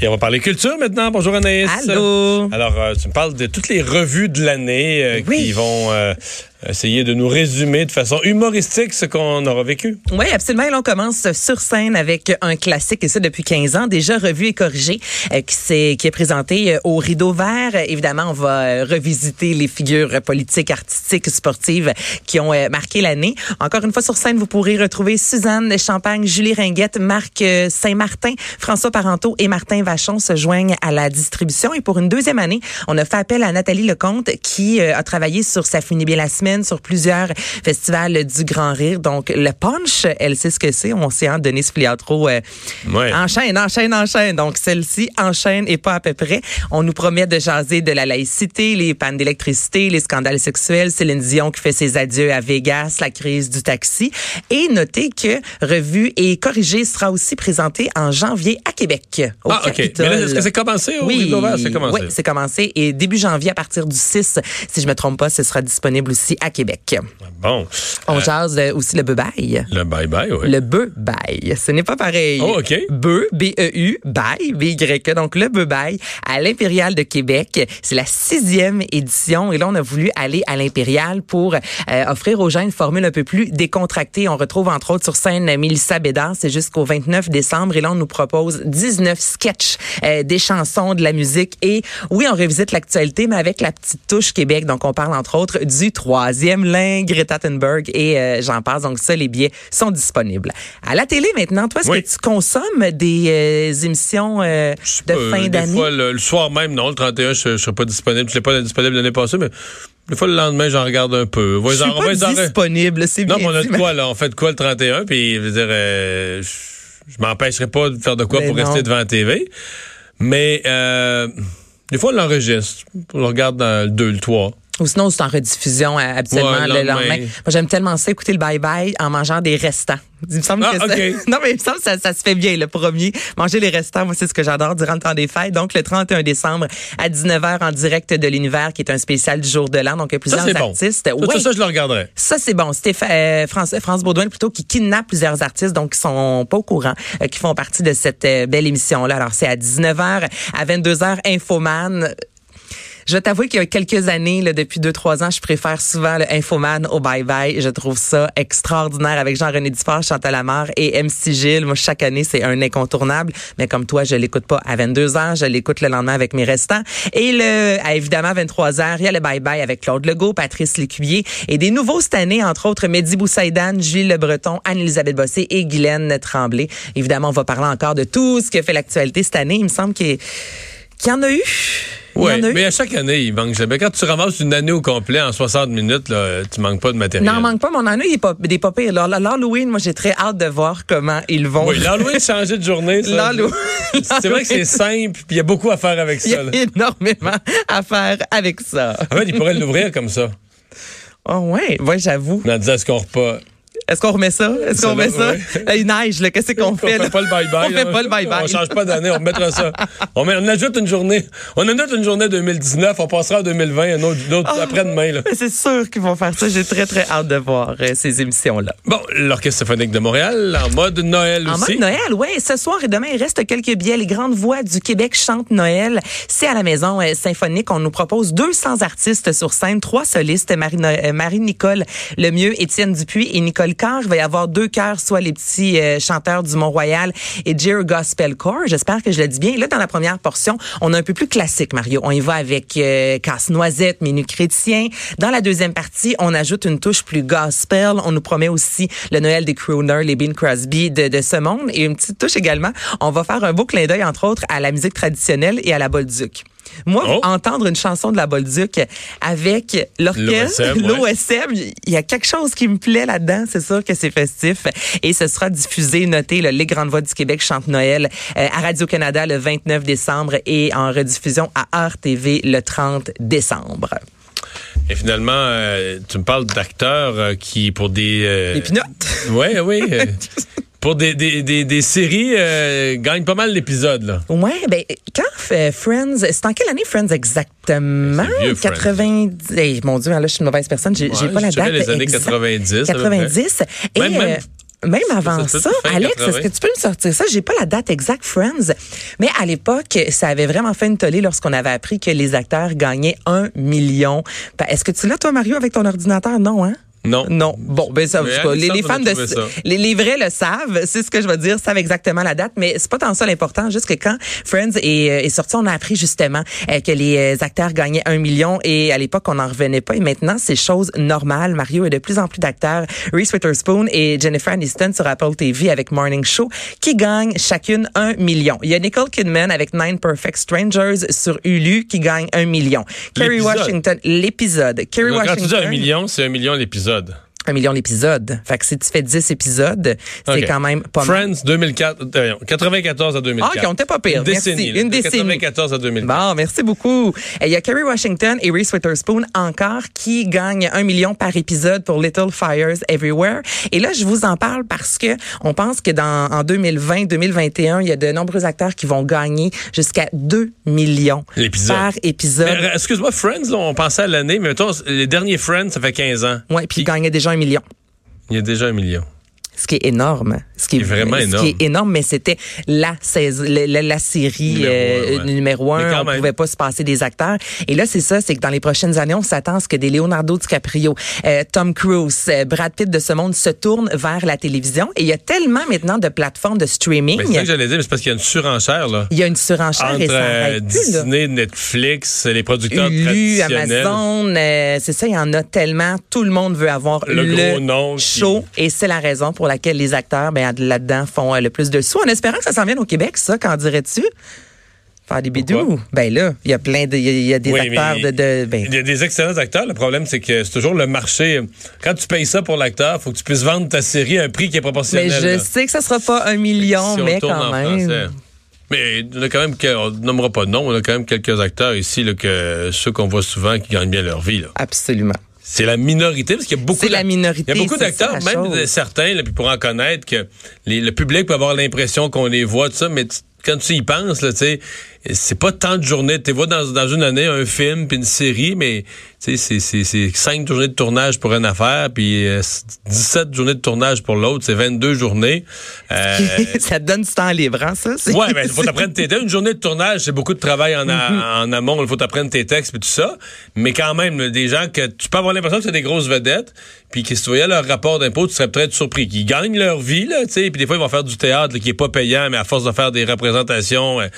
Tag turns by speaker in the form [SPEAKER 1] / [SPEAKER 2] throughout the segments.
[SPEAKER 1] Et on va parler culture maintenant. Bonjour Anaïs.
[SPEAKER 2] Allô.
[SPEAKER 1] Alors, euh, tu me parles de toutes les revues de l'année euh,
[SPEAKER 2] Oui.
[SPEAKER 1] qui vont euh, essayer de nous résumer de façon humoristique ce qu'on aura vécu.
[SPEAKER 2] Oui, absolument. Et là, on commence sur scène avec un classique, et ça depuis 15 ans, déjà revu et corrigé, euh, qui, s'est- qui est présenté euh, au Rideau Vert. Euh, Évidemment, on va euh, revisiter les figures euh, politiques, artistiques, sportives qui ont euh, marqué l'année. Encore une fois, sur scène, vous pourrez retrouver Suzanne Champagne, Julie Ringuette, Marc euh, Saint-Martin, François Parenteau et Martin Vachon se joignent à la distribution. Et pour une deuxième année, on a fait appel à Nathalie Lecomte qui euh, a travaillé sur Ça finit bien la semaine, sur plusieurs festivals du Grand Rire. Donc, le punch, elle sait ce que c'est. On sait, hein, Denise Filiatro euh,
[SPEAKER 1] Ouais.
[SPEAKER 2] enchaîne, enchaîne, enchaîne. Donc, celle-ci enchaîne et pas à peu près. On nous promet de jaser de la laïcité, les pannes d'électricité, les scandales sexuels, Céline Dion qui fait ses adieux à Vegas, la crise du taxi. Et notez que Revue et Corrigé sera aussi présenté en janvier à Québec. Au
[SPEAKER 1] Ah, OK.
[SPEAKER 2] Capitole.
[SPEAKER 1] Mais là, est-ce que c'est commencé au
[SPEAKER 2] oui,
[SPEAKER 1] Rideau Vert? C'est commencé.
[SPEAKER 2] Oui, c'est commencé. Et début janvier, à partir du 6, si je me trompe pas, ce sera disponible aussi à Québec.
[SPEAKER 1] Bon.
[SPEAKER 2] On jase euh, aussi le bebail.
[SPEAKER 1] Le bye-bye, oui.
[SPEAKER 2] Le beu-bail. Ce n'est pas pareil.
[SPEAKER 1] Oh, OK.
[SPEAKER 2] Beu, B-E-U, bail, E, B-Y-E. E. Donc, le beu-bail à l'Impérial de Québec. C'est la sixième édition. Et là, on a voulu aller à l'Impérial pour euh, offrir aux gens une formule un peu plus décontractée. On retrouve, entre autres, sur scène euh, Mélissa Bédard. C'est jusqu'au 29 décembre. Et là, on nous propose 19 sketchs, euh, des chansons, de la musique. Et oui, on revisite l'actualité, mais avec la petite touche Québec. Donc, on parle, entre autres, du troisième lin, Greta Thunberg. Et euh, j'en passe. Donc, ça, les billets sont disponibles. À la télé, maintenant, toi, est-ce
[SPEAKER 1] Oui.
[SPEAKER 2] que tu consommes des euh, émissions euh, de
[SPEAKER 1] Euh,
[SPEAKER 2] fin
[SPEAKER 1] Des fois,
[SPEAKER 2] d'année?
[SPEAKER 1] le, le soir même, non, le 31, je ne serai pas disponible. Je l'ai pas disponible l'année passée, mais des fois, le lendemain, j'en regarde un peu. Ouais,
[SPEAKER 2] Je suis
[SPEAKER 1] genre, on va-
[SPEAKER 2] pas
[SPEAKER 1] genre-
[SPEAKER 2] disponible, c'est bien
[SPEAKER 1] Non, mais on a
[SPEAKER 2] dit,
[SPEAKER 1] de quoi, là? On fait de quoi le 31? Puis, je veux dire, euh, je je m'empêcherai pas de faire de quoi
[SPEAKER 2] Mais
[SPEAKER 1] pour
[SPEAKER 2] non.
[SPEAKER 1] rester devant la TV. Mais, euh, des fois, on l'enregistre. On le regarde dans le 2, le 3.
[SPEAKER 2] Ou sinon, c'est en rediffusion euh, habituellement
[SPEAKER 1] Ouais,
[SPEAKER 2] le
[SPEAKER 1] lendemain.
[SPEAKER 2] lendemain. Moi, j'aime tellement ça écouter le bye-bye en mangeant des restants. Il me semble
[SPEAKER 1] Ah,
[SPEAKER 2] que ça,
[SPEAKER 1] ok.
[SPEAKER 2] Non, mais il me semble que ça, ça se fait bien, le premier. Manger les restants, moi, c'est ce que j'adore durant le temps des fêtes. Donc, le 31 décembre à 19h en direct de l'univers, qui est un spécial du jour de l'an. Donc, il y
[SPEAKER 1] Ça,
[SPEAKER 2] a plusieurs
[SPEAKER 1] c'est bon. Ça,
[SPEAKER 2] artistes.
[SPEAKER 1] ça,
[SPEAKER 2] Ouais.
[SPEAKER 1] ça, je le regarderai.
[SPEAKER 2] Ça, c'est bon. Stéphane, euh, France, France Baudouin, plutôt, qui kidnappe plusieurs artistes, donc qui sont pas au courant, euh, qui font partie de cette euh, belle émission-là. Alors, c'est à 19h, à 22h, Infoman. Je vais t'avouer qu'il y a quelques années, là, depuis deux, trois ans, je préfère souvent le Infoman au Bye Bye. Je trouve ça extraordinaire avec Jean-René Dufort, Chantal Lamar et MC Gilles. Moi, chaque année, c'est un incontournable. Mais comme toi, je l'écoute pas à 22 heures. Je l'écoute le lendemain avec mes restants. Et le, à, évidemment, à 23 heures, il y a le Bye Bye avec Claude Legault, Patrice Lécuyer et des nouveaux cette année, entre autres, Mehdi Boussaïdan, Gilles Le Breton, Anne-Elisabeth Bossé et Guylaine Tremblay. Évidemment, on va parler encore de tout ce que fait l'actualité cette année. Il me semble qu'il qu'il y en a eu. Il y
[SPEAKER 1] Oui,
[SPEAKER 2] en a eu.
[SPEAKER 1] mais à chaque année, il manque jamais. Quand tu ramasses une année au complet en 60 minutes, là, tu manques pas de matériel.
[SPEAKER 2] N'en manque pas, mon année, il est pas, des pas pires. Alors, L'Halloween, moi, j'ai très hâte de voir comment ils vont.
[SPEAKER 1] Oui, l'Halloween, changer de journée. ça.
[SPEAKER 2] L'Halloween.
[SPEAKER 1] C'est vrai que c'est simple, puis il y a beaucoup à faire avec
[SPEAKER 2] Il y
[SPEAKER 1] ça.
[SPEAKER 2] a
[SPEAKER 1] là.
[SPEAKER 2] énormément à faire avec ça.
[SPEAKER 1] En fait, ils pourraient l'ouvrir comme ça,
[SPEAKER 2] Oh, ouais, ouais, j'avoue.
[SPEAKER 1] en disant ce qu'on repas.
[SPEAKER 2] Est-ce qu'on remet ça? Est-ce
[SPEAKER 1] Ça
[SPEAKER 2] qu'on remet
[SPEAKER 1] va,
[SPEAKER 2] ça?
[SPEAKER 1] ouais.
[SPEAKER 2] Là, il neige, là. Qu'est-ce qu'on
[SPEAKER 1] On
[SPEAKER 2] fait? là?
[SPEAKER 1] fait pas le bye-bye.
[SPEAKER 2] On fait
[SPEAKER 1] là.
[SPEAKER 2] pas le bye-bye.
[SPEAKER 1] On change pas d'année, on mettra ça. On, met- on ajoute une journée. On ajoute une journée 2019, on passera à 2020, un autre, une autre
[SPEAKER 2] Oh.
[SPEAKER 1] après-demain. là.
[SPEAKER 2] Mais c'est sûr qu'ils vont faire ça. J'ai très, très hâte de voir euh, ces émissions-là.
[SPEAKER 1] Bon, l'Orchestre symphonique de Montréal, en mode Noël
[SPEAKER 2] En
[SPEAKER 1] aussi.
[SPEAKER 2] mode Noël, oui. Ce soir et demain, il reste quelques billets. Les grandes voix du Québec chantent Noël. C'est à la Maison euh, Symphonique. On nous propose 200 artistes sur scène, trois solistes, euh, Marie-Nicole Lemieux, Étienne Dupuis et Nicole Carr. Il va y avoir deux chœurs, soit les petits euh, chanteurs du Mont-Royal et Dear Gospel Corps. J'espère que je le dis bien. Et Là, dans la première portion, on a un peu plus classique, Mario. On y va avec euh, Casse-Noisette, Menu Chrétien. Dans la deuxième partie, on ajoute une touche plus gospel. On nous promet aussi le Noël des crooners, les Bean Crosby de, de ce monde. Et une petite touche également, on va faire un beau clin d'œil, entre autres, à la musique traditionnelle et à la Bolduc. Moi,
[SPEAKER 1] Oh.
[SPEAKER 2] entendre une chanson de la Bolduc avec l'orchestre,
[SPEAKER 1] L'OSM, ouais.
[SPEAKER 2] l'OSM, il y a quelque chose qui me plaît là-dedans. C'est sûr que c'est festif. Et ce sera diffusé, notez, là, les Grandes Voix du Québec chantent Noël euh, à Radio-Canada le 29 décembre et en rediffusion à RTV le 30 décembre.
[SPEAKER 1] Et finalement, euh, tu me parles d'acteurs euh, qui, pour des... euh,
[SPEAKER 2] Les pinottes.
[SPEAKER 1] Ouais, oui, euh, pour des, des, des, des séries, euh, gagnent pas mal l'épisode, là.
[SPEAKER 2] Ouais, ben quand euh, Friends, c'est en quelle année Friends exactement
[SPEAKER 1] C'est vieux, Friends.
[SPEAKER 2] 90 Eh, Mon Dieu, là je suis une mauvaise personne, j'ai j'ai
[SPEAKER 1] Ouais,
[SPEAKER 2] pas la
[SPEAKER 1] je dirais
[SPEAKER 2] date.
[SPEAKER 1] les années
[SPEAKER 2] exacte.
[SPEAKER 1] 90, à peu près.
[SPEAKER 2] 90. Et
[SPEAKER 1] Même,
[SPEAKER 2] euh,
[SPEAKER 1] même
[SPEAKER 2] Même avant
[SPEAKER 1] Ça,
[SPEAKER 2] ça,
[SPEAKER 1] ça, fin
[SPEAKER 2] Alex,
[SPEAKER 1] 80.
[SPEAKER 2] est-ce que tu peux me sortir ça? J'ai pas la date exacte, Friends, mais à l'époque, ça avait vraiment fait une tollée lorsqu'on avait appris que les acteurs gagnaient un million. Ben, Est-ce que tu l'as, toi, Mario, avec ton ordinateur? Non, hein?
[SPEAKER 1] Non.
[SPEAKER 2] Non. Bon, ben ça, en
[SPEAKER 1] Mais
[SPEAKER 2] tout cas, les, les
[SPEAKER 1] Alexandre
[SPEAKER 2] fans
[SPEAKER 1] va
[SPEAKER 2] de
[SPEAKER 1] trouver ça.
[SPEAKER 2] les, les vrais le savent, c'est ce que je veux dire, savent exactement la date, mais c'est pas tant ça l'important, juste que quand Friends est, euh, est sorti, on a appris justement euh, que les euh, acteurs gagnaient un million et à l'époque, on n'en revenait pas et maintenant, c'est chose normale. Mario est de plus en plus d'acteurs, Reese Witherspoon et Jennifer Aniston sur Apple TV avec Morning Show, qui gagnent chacune un million. Il y a Nicole Kidman avec Nine Perfect Strangers sur Hulu qui gagne un million. Kerry
[SPEAKER 1] L'épisode.
[SPEAKER 2] Washington, l'épisode. Kerry
[SPEAKER 1] Donc, Quand tu dis un
[SPEAKER 2] Washington
[SPEAKER 1] million, c'est un million l'épisode.
[SPEAKER 2] un million d'épisodes. Fait que si tu fais 10 épisodes,
[SPEAKER 1] OK.
[SPEAKER 2] c'est quand même pas mal.
[SPEAKER 1] Friends, 2004, euh, 94 à 2004.
[SPEAKER 2] Ah, OK, on était pas pire.
[SPEAKER 1] Une décennie.
[SPEAKER 2] Merci.
[SPEAKER 1] là,
[SPEAKER 2] Une
[SPEAKER 1] de
[SPEAKER 2] décennie.
[SPEAKER 1] 94 à 2004.
[SPEAKER 2] Bon, merci beaucoup. Et Il y a Kerry Washington et Reese Witherspoon encore qui gagnent un million par épisode pour Little Fires Everywhere. Et là, je vous en parle parce que on pense que dans en 2020, 2021, il y a de nombreux acteurs qui vont gagner jusqu'à 2 millions
[SPEAKER 1] L'épisode.
[SPEAKER 2] par épisode.
[SPEAKER 1] Mais, Euh, Excuse-moi, Friends, là, on pensait à l'année, mais mettons, les derniers Friends, ça fait 15 ans.
[SPEAKER 2] Ouais, puis ils gagnaient déjà un million.
[SPEAKER 1] Il y a déjà un million.
[SPEAKER 2] Ce qui est énorme. Ce qui est,
[SPEAKER 1] Qui est vraiment
[SPEAKER 2] ce
[SPEAKER 1] énorme.
[SPEAKER 2] qui est énorme, mais c'était la, saison- la, la- la série
[SPEAKER 1] Numéro
[SPEAKER 2] euh,
[SPEAKER 1] un, ouais.
[SPEAKER 2] numéro
[SPEAKER 1] Mais quand
[SPEAKER 2] un. On
[SPEAKER 1] même.
[SPEAKER 2] pouvait pas se passer des acteurs. Et là, c'est ça, c'est que dans les prochaines années, on s'attend à ce que des Leonardo DiCaprio, euh, Tom Cruise, euh, Brad Pitt de ce monde se tournent vers la télévision. Et il y a tellement maintenant de plateformes de streaming.
[SPEAKER 1] Mais Ben, c'est ça que j'allais dire, mais c'est parce qu'il y a une surenchère, là.
[SPEAKER 2] il y a une surenchère et
[SPEAKER 1] Entre
[SPEAKER 2] ça
[SPEAKER 1] euh,
[SPEAKER 2] arrête plus, là.
[SPEAKER 1] Disney, Netflix, les producteurs
[SPEAKER 2] Hulu,
[SPEAKER 1] traditionnels.
[SPEAKER 2] Amazon, euh, c'est ça, il y en a tellement. Tout le monde veut avoir
[SPEAKER 1] Le
[SPEAKER 2] le,
[SPEAKER 1] gros nom qui-
[SPEAKER 2] show et c'est la raison pour laquelle les acteurs ben, là-dedans font euh, le plus de sous en espérant que ça s'en vienne au Québec, ça, qu'en dirais-tu? Faire des bidous.
[SPEAKER 1] Pourquoi?
[SPEAKER 2] Ben là, il y a plein de. Il y a- il y a des
[SPEAKER 1] Oui,
[SPEAKER 2] acteurs
[SPEAKER 1] mais
[SPEAKER 2] de. de- ben,
[SPEAKER 1] Il y a des excellents acteurs. Le problème, c'est que c'est toujours le marché. Quand tu payes ça pour l'acteur, faut que tu puisses vendre ta série à un prix qui est
[SPEAKER 2] mais
[SPEAKER 1] proportionnel.
[SPEAKER 2] je
[SPEAKER 1] là.
[SPEAKER 2] sais que ça sera pas un million,
[SPEAKER 1] Si on
[SPEAKER 2] mais
[SPEAKER 1] tourne
[SPEAKER 2] quand
[SPEAKER 1] en
[SPEAKER 2] même.
[SPEAKER 1] français. Mais on a quand même, que- on nommera pas de nom, on a quand même quelques acteurs ici, là, que ceux qu'on voit souvent qui gagnent bien leur vie. là.
[SPEAKER 2] Absolument.
[SPEAKER 1] C'est la minorité, parce qu'il y a beaucoup
[SPEAKER 2] C'est la
[SPEAKER 1] d'ac-
[SPEAKER 2] minorité,
[SPEAKER 1] Il y a beaucoup
[SPEAKER 2] c'est ça,
[SPEAKER 1] d'acteurs,
[SPEAKER 2] la
[SPEAKER 1] même
[SPEAKER 2] chose.
[SPEAKER 1] de- certains, là, puis pour en connaître, que les- le public peut avoir l'impression qu'on les voit, tout ça, mais tu- quand tu y penses, là, tu sais, c'est pas tant de journées. Tu les vois dans, dans une année un film, puis une série, mais tu sais, c'est- c'est c'est cinq journées de tournage pour une affaire, puis euh, 17 journées de tournage pour l'autre, c'est 22 journées. Euh,
[SPEAKER 2] ça te donne du temps libre, hein, ça? c'est-
[SPEAKER 1] Ouais, ben, mais il faut t'apprendre tes textes. Une journée de tournage, c'est beaucoup de travail en, a-
[SPEAKER 2] Mhm.
[SPEAKER 1] en amont. Il faut t'apprendre tes textes et tout ça. Mais quand même, là, des gens que tu peux avoir l'impression que c'est des grosses vedettes, puis que si tu voyais leur rapport d'impôt, tu serais peut-être surpris. Qu'ils gagnent leur vie, là, tu sais. Puis des fois, ils vont faire du théâtre là, qui est pas payant, mais à force de faire des représentations. euh,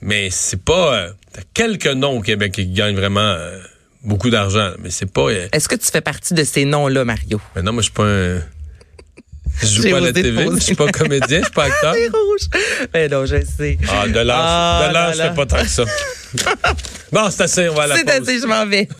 [SPEAKER 1] mais c'est pas. euh, T'as quelques noms au Québec qui gagnent vraiment euh, beaucoup d'argent, mais c'est pas. euh,
[SPEAKER 2] Est-ce que tu fais partie de ces noms-là, Mario?
[SPEAKER 1] mais non, moi, je suis pas un. Je joue
[SPEAKER 2] J'ai
[SPEAKER 1] pas à la
[SPEAKER 2] osé te
[SPEAKER 1] TV,
[SPEAKER 2] poser
[SPEAKER 1] je suis pas
[SPEAKER 2] la-
[SPEAKER 1] comédien, je suis pas acteur.
[SPEAKER 2] C'est rouge. Mais non, je sais.
[SPEAKER 1] Ah, de l'âge,
[SPEAKER 2] Ah,
[SPEAKER 1] de l'âge,
[SPEAKER 2] là, là.
[SPEAKER 1] c'est pas tant que ça. bon, c'est assez, on va à la
[SPEAKER 2] C'est
[SPEAKER 1] pause.
[SPEAKER 2] assez, je m'en vais.